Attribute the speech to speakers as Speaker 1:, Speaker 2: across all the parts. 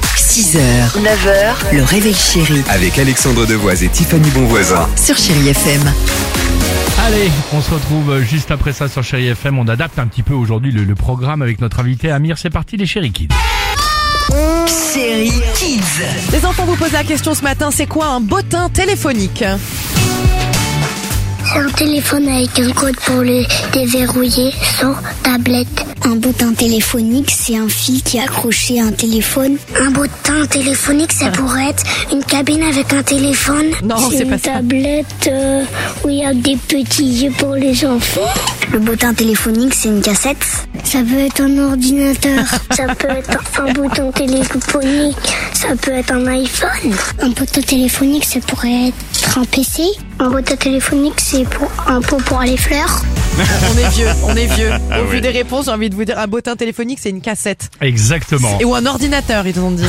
Speaker 1: 6h, 9h, le réveil chéri
Speaker 2: Avec Alexandre Devoise et Tiffany Bonvoisin.
Speaker 1: sur Chéri FM.
Speaker 3: Allez, on se retrouve euh, juste après ça sur Chéri FM. On adapte un petit peu aujourd'hui le, le programme avec notre invité Amir. C'est parti les Chéri Kids.
Speaker 1: Chéri Kids.
Speaker 4: Les enfants vous posent la question ce matin, c'est quoi un bottin téléphonique
Speaker 5: Un téléphone avec un code pour le déverrouiller sans tablette. Un bottin téléphonique, c'est un fil qui est accroché à un téléphone. Un bottin téléphonique, ça pourrait être une cabine avec un téléphone.
Speaker 4: Ah. Non, c'est
Speaker 5: une
Speaker 4: pas ça.
Speaker 5: tablette euh, où il y a des petits yeux pour les enfants. Le bottin téléphonique, c'est une cassette. Ça peut être un ordinateur. ça peut être un bottin téléphonique. Ça peut être un iPhone. Un bottin téléphonique, ça pourrait être un PC. Un bottin téléphonique, c'est pour un pot pour les fleurs.
Speaker 4: On est vieux, on est vieux. Au
Speaker 6: Ah
Speaker 4: vu des réponses, j'ai envie de vous dire un bottin téléphonique, c'est une cassette.
Speaker 3: Exactement.
Speaker 4: Et ou un ordinateur, ils ont dit.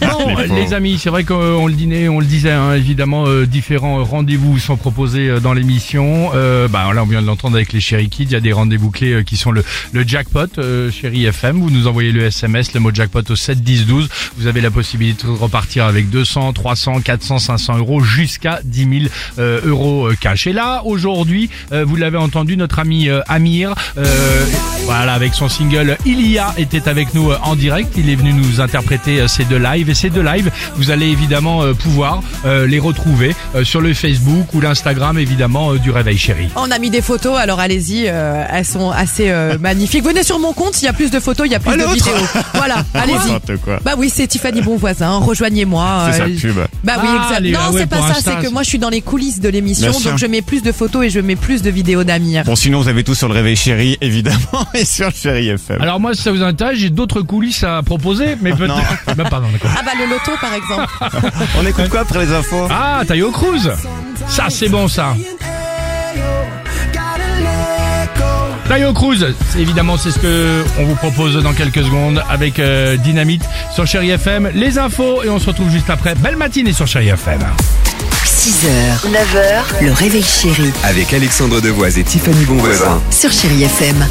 Speaker 3: Bon, les amis, c'est vrai qu'on le dînait, on le disait hein, évidemment, euh, différents euh, rendez-vous sont proposés euh, dans l'émission. Euh, bah, là, on vient de l'entendre avec les Chéri Kids. Il y a des rendez-vous clés euh, qui sont le, le jackpot euh, Chéri FM. Vous nous envoyez le SMS, le mot jackpot au 7 10 12. Vous avez la possibilité de repartir avec 200, 300, 400, 500 euros jusqu'à 10 000 euh, euros euh, cash. Et là, aujourd'hui, euh, vous l'avez entendu, notre ami euh, Amir, euh, voilà, avec son single Il y a, était avec nous euh, en direct. Il est venu nous interpréter euh, ces deux lives. Et ces deux lives, vous allez évidemment euh, pouvoir euh, les retrouver euh, sur le Facebook ou l'Instagram, évidemment, euh, du Réveil Chéri.
Speaker 4: On a mis des photos, alors allez-y, euh, elles sont assez euh, magnifiques. Venez sur mon compte, il y a plus de photos, il y a
Speaker 6: Ah,
Speaker 4: plus de vidéos. Voilà, allez-y.
Speaker 6: N'importe Ah, quoi.
Speaker 4: Bah oui, c'est Tiffany Bonvoisin, rejoignez-moi.
Speaker 6: C'est sa
Speaker 4: euh,
Speaker 6: pub.
Speaker 4: Bah oui,
Speaker 3: Ah,
Speaker 4: exact.
Speaker 3: les- ah
Speaker 4: Non,
Speaker 3: ouais,
Speaker 4: c'est
Speaker 3: pour
Speaker 4: pas ça,
Speaker 3: Insta,
Speaker 4: c'est que
Speaker 3: c'est-
Speaker 4: moi je suis dans les coulisses de l'émission,
Speaker 6: Bien sûr.
Speaker 4: donc je mets plus de photos et je mets plus de vidéos d'Amir.
Speaker 6: Bon, sinon, vous avez tout sur le réveil chéri, évidemment, et sur le chéri FM.
Speaker 3: Alors moi, si ça vous intéresse, j'ai d'autres coulisses à proposer, mais peut-être... Bah, pardon, d'accord.
Speaker 4: Ah bah le loto par exemple.
Speaker 6: on écoute quoi après les infos
Speaker 3: Ah, Tayo Cruz Ça, c'est bon, ça Tayo Cruz, c'est- évidemment, c'est ce que on vous propose dans quelques secondes avec euh, Dynamite sur Chéri FM. Les infos et on se retrouve juste après. Belle matinée sur Chéri FM.
Speaker 1: 6h, 9h, le réveil chéri
Speaker 2: Avec Alexandre Devoise et Tiffany Bonvoisin.
Speaker 1: sur Chéri FM.